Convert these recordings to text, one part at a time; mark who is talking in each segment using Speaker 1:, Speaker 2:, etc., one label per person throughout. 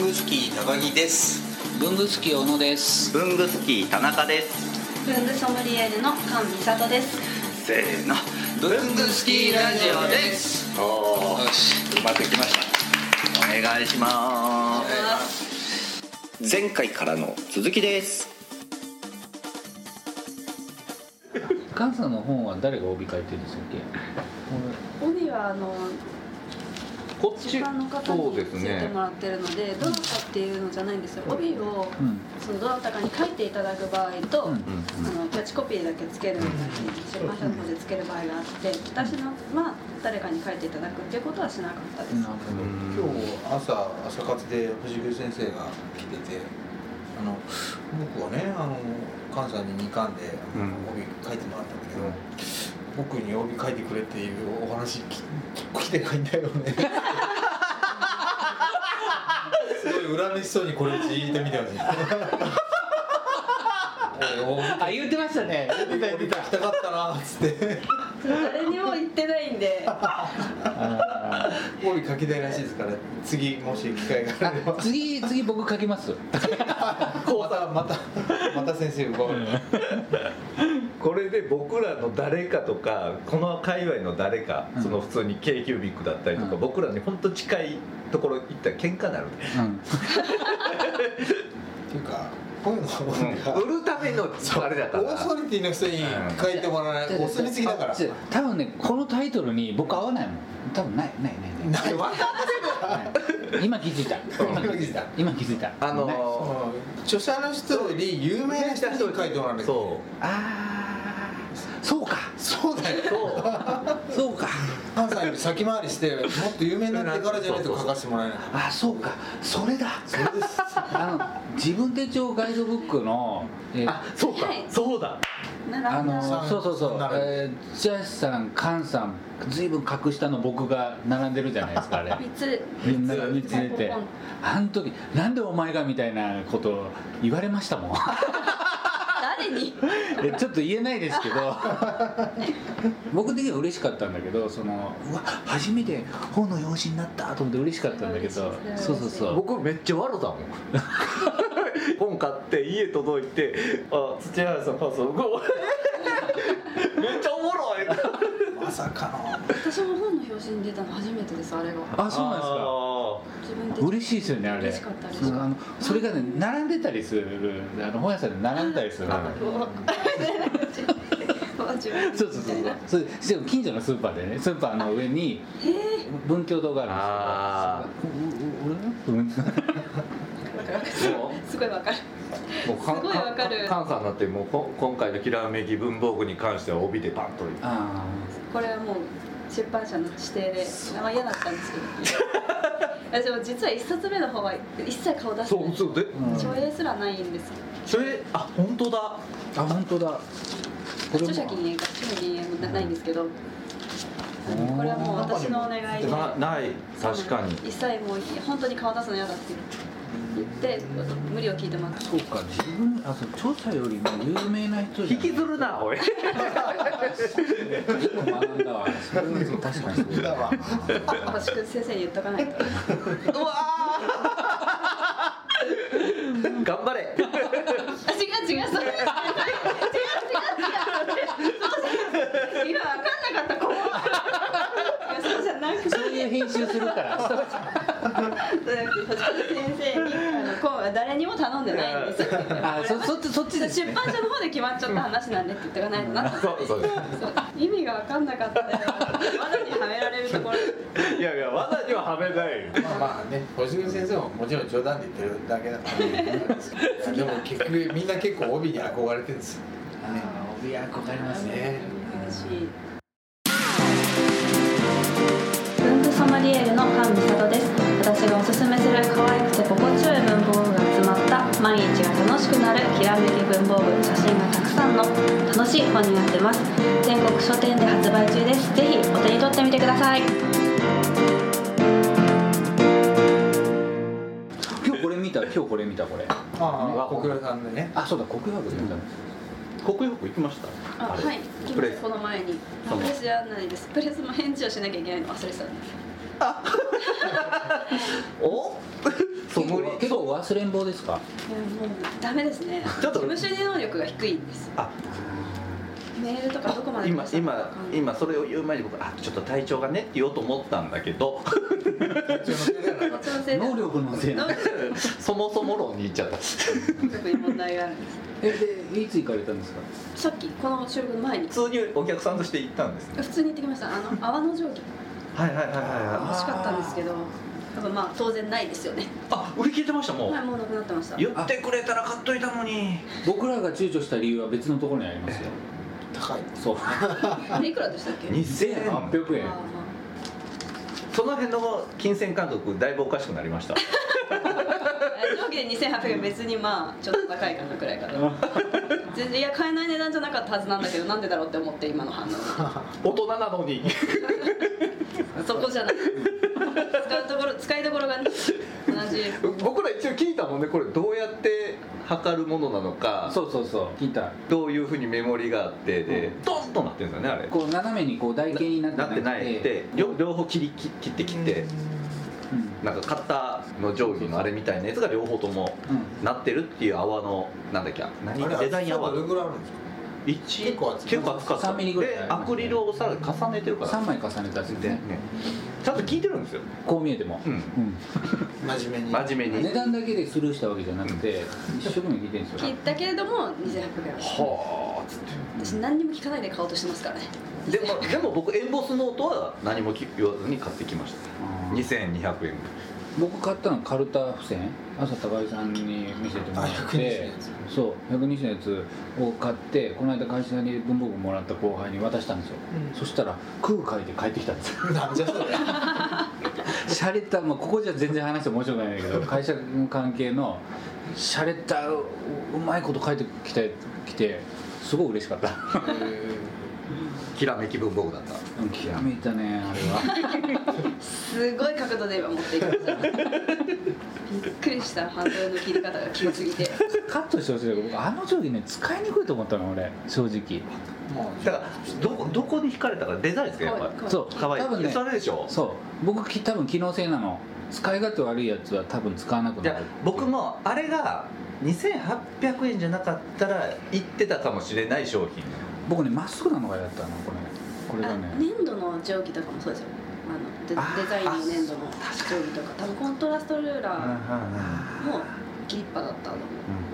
Speaker 1: グスキー高木です
Speaker 2: 文具好き小野です
Speaker 3: 文具スキー田中です
Speaker 4: 文具ソムリエールの菅美里です。
Speaker 3: せーの
Speaker 2: 文具スキーラジオです
Speaker 3: おー
Speaker 2: し
Speaker 3: うまくいきましたお願いします前回からの続きです
Speaker 2: 菅さんの本は誰が帯書いてるんでしたっけ
Speaker 4: 帯はあの
Speaker 2: こ
Speaker 4: 出版の方についてもらってるのでどなたっていうのじゃないんですよ。帯を
Speaker 2: うん
Speaker 4: そのどなたかに書いていただく場合と、
Speaker 2: うん
Speaker 4: あのキャッチコピーだけつけるみたいな出版社の方でつける場合があって、私のまあ誰かに書いていただくっていうことはしなかったです。
Speaker 2: なる
Speaker 1: 今日朝朝活で藤口先生が来ててあの僕はねあの関西に2巻であの
Speaker 3: うん
Speaker 1: 帯書いてもらったんだけど、僕に帯書いてくれっていうお話き来てないんだよねすごい恨めしそうにこれじーっと見てました おい
Speaker 2: ほどあ言ってましたね
Speaker 1: お帯帯書きたかったなっつって
Speaker 4: 誰にも言ってないんで、
Speaker 1: 帯書きたいらしいですから次もし機会があれば
Speaker 2: 次次僕書きます
Speaker 1: またまたまた先生が
Speaker 5: これで僕らの誰かとかこの界隈の誰か、
Speaker 2: うん
Speaker 5: その普通に k キュービックだったりとか、
Speaker 2: うん
Speaker 5: 僕らに本当近いところ行ったら喧嘩になる、
Speaker 2: うん
Speaker 1: っていうかこういうのが
Speaker 5: 売るためのあれだから
Speaker 1: オーソリティの人に書いてもらわないお墨付きだから
Speaker 2: あ違う多分ねこのタイトルに僕合わないもん多分ないないないない
Speaker 1: ないわか
Speaker 2: ない今気づいた今気づいた今気づいた
Speaker 5: あの
Speaker 2: ない
Speaker 1: んない
Speaker 5: ー
Speaker 1: 著者の人より有名な人に書いてもらわないと
Speaker 5: そ
Speaker 2: あーそうか
Speaker 1: そうだよ
Speaker 2: そうか
Speaker 1: 関西より先回りしてもっと有名になってからじゃないと書かせてもらえない
Speaker 2: あそうかそれだそれですあの自分手帳ガイドブックの、え
Speaker 5: う
Speaker 2: ー
Speaker 5: あそうか、
Speaker 4: はい
Speaker 5: そうだ
Speaker 4: 並ん
Speaker 2: あ
Speaker 4: だ
Speaker 2: の
Speaker 1: さん
Speaker 2: そうそうそう
Speaker 1: 並んで
Speaker 2: えー千橋さん菅さんずいぶん格下の僕が並んでるじゃないですかあれ
Speaker 4: 三つ
Speaker 2: みんなが見つめてあの時なんでお前がみたいなこと言われましたもん
Speaker 4: 誰 に
Speaker 2: えちょっと言えないですけど 僕的には嬉しかったんだけどそのうわ初めて本の用紙になったと思って嬉しかったんだけど
Speaker 4: それは嬉しいです
Speaker 2: そうそうそう
Speaker 5: 僕めっちゃ悪だもん 本買って家届いてあ土屋さんパスをこう めっちゃおもろい
Speaker 1: まさかの
Speaker 4: 私も本の表紙に出たの初めてですあれが。
Speaker 2: あそうなんですか
Speaker 4: 自分で
Speaker 2: 嬉しいですよねあれ
Speaker 4: 嬉しかった嬉しかった
Speaker 2: あのそれがね並んでたりするあの本屋さんで並んでたりする
Speaker 4: あ自分で
Speaker 2: そうそうそうそうそれでも近所のスーパーでねスーパーの上に文教堂があるんですけどおお俺が
Speaker 4: すごいわかる
Speaker 5: もうか
Speaker 4: すごいわかる
Speaker 5: 関西になってもうこ今回の「きらめき文房具」に関しては帯でパンと入れて
Speaker 2: あ
Speaker 4: これはもう出版社の指定であんま嫌だったんですけどでも実は一冊目の方は一切顔出して
Speaker 5: そ
Speaker 4: な
Speaker 5: う
Speaker 4: い
Speaker 5: そうで
Speaker 2: ー、うん、
Speaker 4: 上映すらないんですよ
Speaker 5: それあ本当だ
Speaker 2: あ本当だこれも
Speaker 4: 著者金が著者金もないんですけど
Speaker 2: ー
Speaker 4: これはもう私のお願いで
Speaker 5: なない確かに
Speaker 4: 一切もう本当に顔出すの嫌だって言って無理を聞いてます
Speaker 2: そうか自分あそう著者よりも有名な人じゃな
Speaker 5: 引
Speaker 2: い
Speaker 5: きずるなおい
Speaker 2: 一個学んだわそれはそう確かにそうだ
Speaker 1: だわ
Speaker 4: 私先生に言っとかないと
Speaker 5: うわー頑張れ
Speaker 4: あ違う違うそれ違う違う違う違う 違う今分かんなかったここいやそうじゃなくて
Speaker 2: そういう編集するから
Speaker 4: 先生にあのこう誰にも頼んでないんですよ
Speaker 2: あそそっちそっちです
Speaker 4: 出
Speaker 2: ね
Speaker 4: 版社の方で決まっちゃった話なんでって言ってかないとなって
Speaker 5: そうそうで
Speaker 4: 意味が分かんなかったよ罠にはめられるところ
Speaker 5: すいやいや罠にははめないよ
Speaker 1: まあまあね星口先生ももちろん冗談で言ってるだけだからでも結局みんな結構帯に憧れてるんですよ
Speaker 2: あー帯憧れますね
Speaker 4: 難しい文具ソマリエールの菅美里です私がおすすめする可愛くて心地よい文房具が詰まった毎日が楽しくなるきらめき文房具写真がたくさんの楽しい本になってます全国書店で発売中ですぜひお手に取ってみてください
Speaker 2: 今日これ見た今日これ見たこれ
Speaker 1: ああ小倉さんでね
Speaker 2: あそうだ国学で見たんです
Speaker 5: 国浴行きました
Speaker 4: あ
Speaker 5: れ
Speaker 4: はい
Speaker 5: プレス
Speaker 4: この前に
Speaker 5: あ
Speaker 4: プ
Speaker 5: プ
Speaker 4: レ
Speaker 5: レ
Speaker 4: スじゃないですプレスも返事をしなきゃいけないの忘れてた
Speaker 5: お そ
Speaker 2: そう
Speaker 5: 無理
Speaker 2: 結構忘れん坊ですか
Speaker 4: もうダメですね
Speaker 5: ちょっと
Speaker 4: 事務処理能力が低いんです
Speaker 5: あ
Speaker 4: メールとかどこまで飛
Speaker 5: 今
Speaker 4: ばした
Speaker 5: 今
Speaker 4: かわかんない
Speaker 5: 今それを言う前に僕あちょっと体調がねって言おうと思ったんだけど
Speaker 4: 調整
Speaker 2: 能力のせいな
Speaker 4: 能
Speaker 2: んで
Speaker 4: 力
Speaker 5: そもそも論に言っちゃった普
Speaker 4: に問題があるんです
Speaker 2: えでいつ行かれたんですか
Speaker 4: さっきこの収録の前に
Speaker 5: 通にお客さんとして行ったんですね
Speaker 4: 普通に行ってきましたあの泡の定規
Speaker 5: はいはいはいはい
Speaker 4: 欲しかったんですけど多分まあ当然ないですよね
Speaker 5: あ売り切れてましたもう、
Speaker 4: はいもうなくなってました
Speaker 5: 言ってくれたら買っといたのに
Speaker 2: 僕らが躊躇した理由は別のところにありますよ
Speaker 1: 高い
Speaker 2: そう
Speaker 4: あれいくらでしたっけ
Speaker 5: 2800
Speaker 2: 2800円
Speaker 4: あ
Speaker 5: その辺の金銭感覚だいぶおかしくなりました
Speaker 4: あまあえ上下2800円別にまあちょっと高いかなくらいか な全然いや買えない値段じゃなかったはずなんだけどなんでだろうって思って今の反応
Speaker 5: 大人なのに
Speaker 4: そこじゃない使うところ使いどころがね同じ
Speaker 5: 僕ら一応聞いたもんねこれどうやって測るものなのか
Speaker 2: そうそうそう聞いた
Speaker 5: どういうふうにメモリがあってで、ドンとなってるんですよねあれ
Speaker 2: こう斜めにこう台形になって
Speaker 5: なってないって両両方切り切切って切って、
Speaker 2: うん
Speaker 5: なんかカッターの定規のあれみたいなやつが両方とも
Speaker 2: う
Speaker 5: なってるっていう泡のなんだっけ何
Speaker 1: あれ
Speaker 5: デザイン泡
Speaker 1: 厚さどれぐらいあるんですか
Speaker 5: 一
Speaker 1: 結構厚い
Speaker 5: 結構厚かった
Speaker 2: 3ミリぐらいあ
Speaker 5: で
Speaker 2: り
Speaker 5: ア
Speaker 2: ますね
Speaker 5: クリルをさらに重ねてるか
Speaker 2: ん、
Speaker 5: ら
Speaker 2: 3枚重ねたやつです
Speaker 5: で
Speaker 2: ね
Speaker 5: ねちゃんと聞いてるんですよ、
Speaker 2: こう見えても、
Speaker 5: うん
Speaker 2: う
Speaker 1: 真面目に
Speaker 5: 真面目
Speaker 2: ん
Speaker 5: に
Speaker 2: 値段だけでスルーしたわけじゃなくて、一生懸命聞いてるんです
Speaker 4: 聞
Speaker 2: よ
Speaker 4: いたけれども2800円
Speaker 5: はあっつっ
Speaker 4: 私何にも聞かないで買おうとしてますからね
Speaker 5: てでもでも僕エンボスノートは何も言わずに買ってきました
Speaker 2: うん
Speaker 5: 2200円
Speaker 2: 僕買ったのカルタ付箋朝高井さんに見せてもら
Speaker 1: あ
Speaker 2: っ
Speaker 1: 120の
Speaker 2: て
Speaker 1: や
Speaker 2: そう120のやつを買ってこの間会社に文房具もらった後輩に渡したんですよ、
Speaker 1: うん
Speaker 2: そしたら空海で帰ってきたん ですよ
Speaker 1: なんじゃそれ
Speaker 2: 洒落た、まあ、ここじゃ全然話して面白くないんだけど会社の関係の洒落たううまいこと書いてきてきてすごい嬉しかった
Speaker 5: きらめき文房具だった
Speaker 2: うん極めたねあれは
Speaker 4: すごい角度で今持っていきましたびっくりした反応の切り方が急すぎて
Speaker 2: カットしてほしいけど僕あの定規ね使いにくいと思ったの俺正直
Speaker 1: もう
Speaker 5: だからどこどこに惹かれたかデザインですかやっぱ
Speaker 4: かわいい
Speaker 2: そう
Speaker 5: 可愛い
Speaker 2: 多分ね
Speaker 5: それでしょ
Speaker 2: そう僕き多分機能性なの使い勝手悪いやつは多分使わなく
Speaker 5: じ
Speaker 2: な
Speaker 5: ゃ
Speaker 2: る
Speaker 5: 僕もあれが2800円じゃなかったら行ってたかもしれない商品
Speaker 2: 僕ねまっすぐなのが嫌だったのこれこれ
Speaker 4: あ
Speaker 2: がね
Speaker 4: 粘土の定規とかもそうですよあのデ
Speaker 2: あー
Speaker 4: デザインの粘土の定規とか多分コントラストルーラーも切りっぱだったと思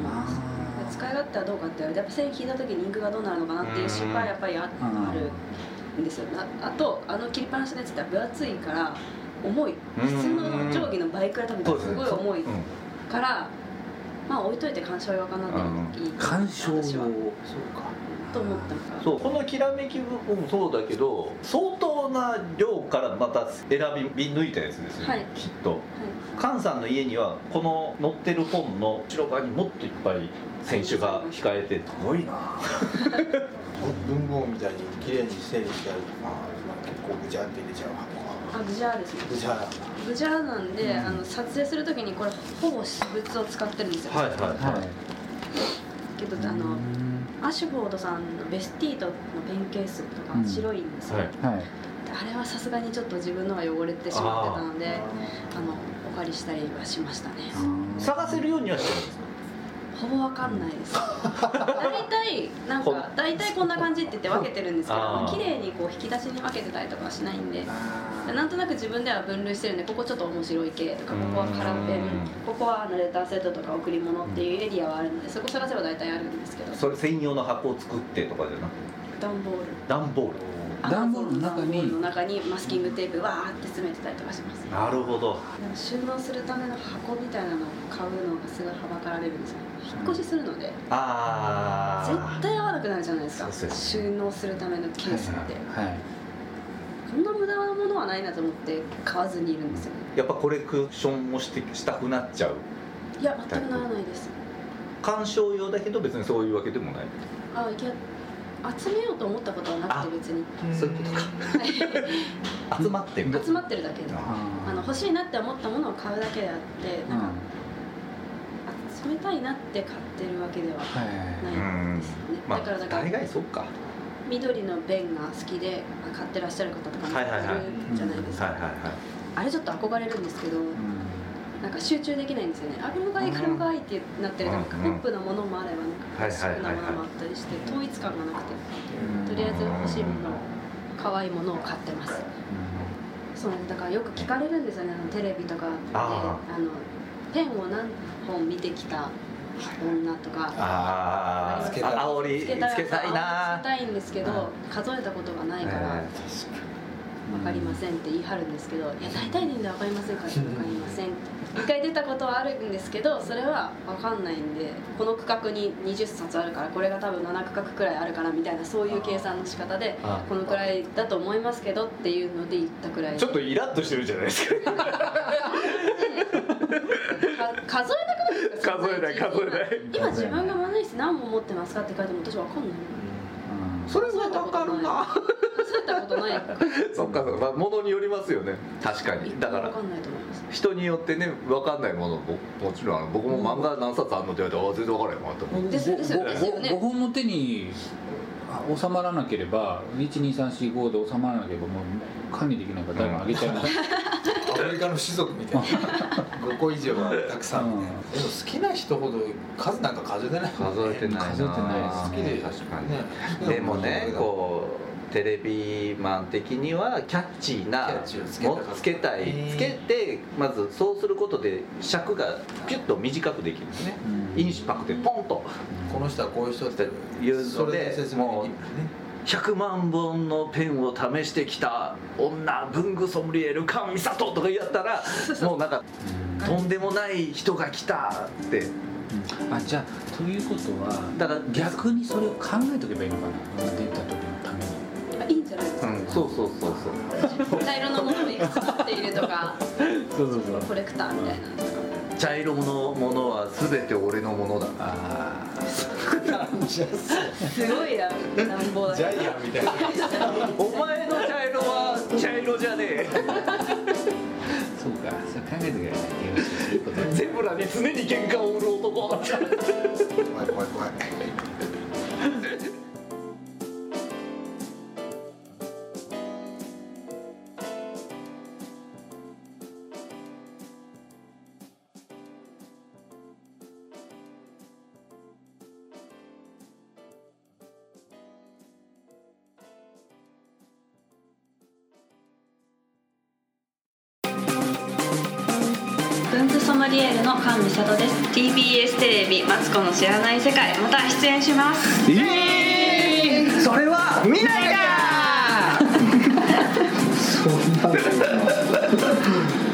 Speaker 4: います
Speaker 2: あ
Speaker 4: 使い勝手はどうかって言われてやっぱ線引いた時にインクがどうなるのかなっていう失敗はやっぱりあ
Speaker 2: うん
Speaker 4: あるんですよねああとあの切りっぱなしのやつって分厚いから重い普通の定規の倍くらい多分すごい重いからまあ置いといて鑑賞用かなっていい
Speaker 2: ー鑑賞用
Speaker 4: 私はと思ったから
Speaker 5: そうこのきらめき部分もそうだけど相当な量からまた選び抜いたやつですよ、
Speaker 4: はい
Speaker 5: きっと菅さんの家にはこの載ってる本の後ろ側にもっといっぱい選手が控えてすごいな
Speaker 1: 文房具みたいに綺麗に整理したりとか結構ぐちゃって入れちゃう箱が
Speaker 4: はい、あブジャーですね
Speaker 1: ぐちゃだ
Speaker 4: ブジャーなんで、あの撮影するときにこれほぼ私物を使ってるんですよ、
Speaker 5: はいはい
Speaker 2: はい
Speaker 4: けどあのアシュフォードさんのベスティートのペンケースとか
Speaker 2: うん
Speaker 4: 白いんですよ、
Speaker 5: はい
Speaker 2: はい
Speaker 4: あれはさすがにちょっと自分のは汚れてしまってたので
Speaker 1: な
Speaker 4: あのお借りしたりはしましたね
Speaker 5: 探せるようにはしてるんです
Speaker 4: ほぼわかんないです。大体なん
Speaker 5: こ
Speaker 4: か大体こんな感じって言って分けてるんですけど、
Speaker 5: あー
Speaker 4: まあ綺麗にこう引き出しに分けてたりとかはしないんで。
Speaker 1: あ
Speaker 4: なんとなく自分では分類してるんでここちょっと面白い系とかここはカラペン
Speaker 5: うん
Speaker 4: ここはあのレターセットとか贈り物っていうエリアはあるのでそこ探せば大体あるんですけど
Speaker 5: それ専用の箱を作ってとかじゃなくて
Speaker 4: 段ボール
Speaker 5: 段ボール
Speaker 2: 段ボールの中に
Speaker 4: Amazon の中にマスキングテープわーって詰めてたりとかします
Speaker 5: なるほど
Speaker 4: でも収納するための箱みたいなのを買うのがすごいはばかられるんですよ引っ越しするので
Speaker 5: ああ
Speaker 4: 絶対合わなくなるじゃないですか
Speaker 5: そうです
Speaker 4: 収納するためのケースって
Speaker 2: はい
Speaker 4: こんな無駄なものはないなと思って買わずにいるんですよね
Speaker 5: やっぱコレクションをしてしたくなっちゃう
Speaker 4: いや全くならないです
Speaker 5: 鑑賞用だけど別にそういうわけでもない
Speaker 4: あいや集めようと思ったことはなくて別に
Speaker 1: ー
Speaker 5: そういうことか集まって る
Speaker 4: 集まってるだけで
Speaker 2: あ
Speaker 4: あの欲しいなって思ったものを買うだけであってなんか、集めたいなって買ってるわけでは
Speaker 2: はいは
Speaker 4: ないですよね、
Speaker 5: ま
Speaker 4: だから
Speaker 5: あ
Speaker 4: だから
Speaker 5: 大概そうか
Speaker 4: 緑の弁が好きで買ってらっしゃる方とかもい
Speaker 5: はいはいはい
Speaker 4: るじゃないですか、
Speaker 5: はい
Speaker 4: あれちょっと憧れるんですけど
Speaker 2: い
Speaker 4: なんか集中できないんですよねあれもかいいこれもかわいいってなってるとなんか
Speaker 3: うん
Speaker 4: ポップなものもあればなんかクラシックなものもあったりして統一感がなくてとりあえず欲しいものを可愛いものを買ってますそうなんですだからよく聞かれるんですよねあのテレビとかであ
Speaker 5: あ
Speaker 4: のペンを何本見てきた女とか
Speaker 5: あ
Speaker 1: つけ
Speaker 5: ー
Speaker 1: たら
Speaker 5: あ煽りつけ
Speaker 4: つけ
Speaker 5: たい
Speaker 4: あ
Speaker 5: な
Speaker 4: つけたいんですけど数えたことがないからわ
Speaker 5: え
Speaker 4: かりませんって言い張るんですけどいや大体年でわかりませんからわかりませんって一回出たことはあるんですけどそれはわかんないんでこの区画に20冊あるからこれが多分7区画くらいあるからみたいなそういう計算の仕方で
Speaker 5: あ
Speaker 4: このくらいだと思いますけどっていうので言ったくらい
Speaker 5: ー
Speaker 4: で
Speaker 5: ちょっとイラッとしてるじゃないですか
Speaker 4: か数えなくないですか
Speaker 5: 数えない
Speaker 4: そん
Speaker 5: 数えない
Speaker 4: 一日今今自分が万年筆何本持ってますかって書いても私わか んない
Speaker 2: そ
Speaker 1: それはわかるな
Speaker 4: 数えたことないから
Speaker 5: そっかそっか、まあ、ものによりますよね確か
Speaker 4: 一
Speaker 5: にだ
Speaker 4: 回
Speaker 5: か
Speaker 4: わ
Speaker 5: ら
Speaker 4: かんないと思います
Speaker 5: 人によってね分かんないものももちろんあの僕も漫画何冊あんのって言われてあー全然分からへんわと思って
Speaker 4: ですですよねですよね
Speaker 2: 5本の手にあ収まらなければ12345で収まらなければもう管理できないから誰もあげちゃいます、
Speaker 1: アメリカの士族みたいな5個以上はたくさんみたいな
Speaker 2: う
Speaker 1: でも好きな人ほど数なんか数えてないもんね
Speaker 5: 数えてないな
Speaker 2: 数えてない
Speaker 1: 好きで
Speaker 5: 確かに、
Speaker 1: に
Speaker 5: でもねこうテレビマン的にはキャッチーな
Speaker 1: キャッチーをつけた
Speaker 5: も
Speaker 1: かった
Speaker 5: つけたい
Speaker 1: うん
Speaker 5: つけてまずそうすることで尺がピュッと短くできるんですね
Speaker 2: うん
Speaker 5: インパクトでポンと
Speaker 1: この人はこういう人って
Speaker 5: 言うので
Speaker 1: それで説明できる
Speaker 5: 100万本のペンを試してきた女文具ソムリエルカンミサトとかやったらもうなんかとんでもない人が来たって
Speaker 2: うんあじゃあということは
Speaker 5: だから
Speaker 2: 逆にそれを考えとけばいいのかな出た時のために
Speaker 4: あいいんじゃないです
Speaker 5: う
Speaker 4: か、
Speaker 5: んそうそうそうそう
Speaker 4: 茶色のものをいくつ持っているとか
Speaker 2: そうそう
Speaker 4: コレクターみたいな
Speaker 5: 茶色のものは全て俺のものだ
Speaker 2: あ
Speaker 4: すごいな乱暴
Speaker 1: ね
Speaker 4: だ
Speaker 1: ジ
Speaker 4: けど
Speaker 1: ャイアンみたいな
Speaker 5: お前の茶色は茶色じゃね
Speaker 2: あそうかそれ考えとけばいいねよしそういうこと
Speaker 5: えゼブラに常に喧嘩を売る男
Speaker 1: 怖い怖い怖い
Speaker 4: 文具ソムリエールの菅美里です TBS テレビ「マツコの知らない世界」また出演します
Speaker 5: それは見ないだ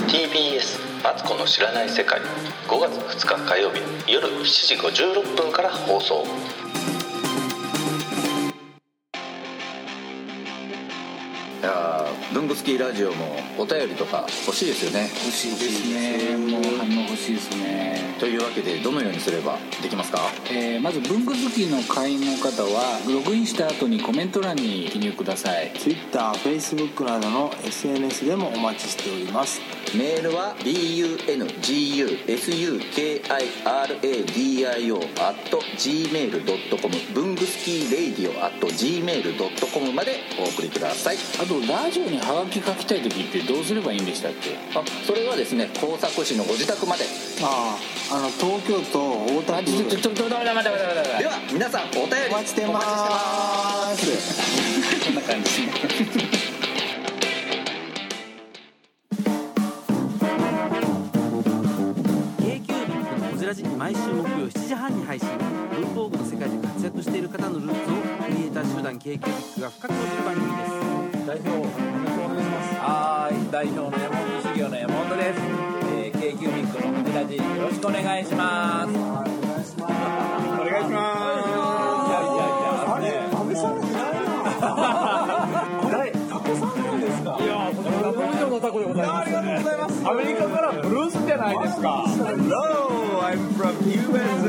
Speaker 6: TBS マツコの知らない世界5月2日火曜日夜7時56分から放送
Speaker 3: いやー文具スキーラジオもお便りとか欲しいですよね
Speaker 2: 欲しいですねもう反応欲しいですね
Speaker 3: というわけでどのようにすればできますか
Speaker 2: えーまず文具好きの会員の方はログインした後にコメント欄に記入ください
Speaker 7: TwitterFacebook などの SNS でもお待ちしております
Speaker 3: メールは bunguskiradio gmail.com 文具スキーレイディオ gmail.com までお送りください
Speaker 2: あとラジオにハガキ書きたい時ってどうすればいいんでしたっけ
Speaker 3: あそれはですね工作士のご自宅まで
Speaker 7: あああの東京都大田区
Speaker 2: ちょちょちょダメだダメだダメだダメだ
Speaker 3: では皆さんお便り
Speaker 7: お待ちしてます
Speaker 2: こんな感じ
Speaker 8: アメリカからブルースじゃないですか。Hello, I'm from USA.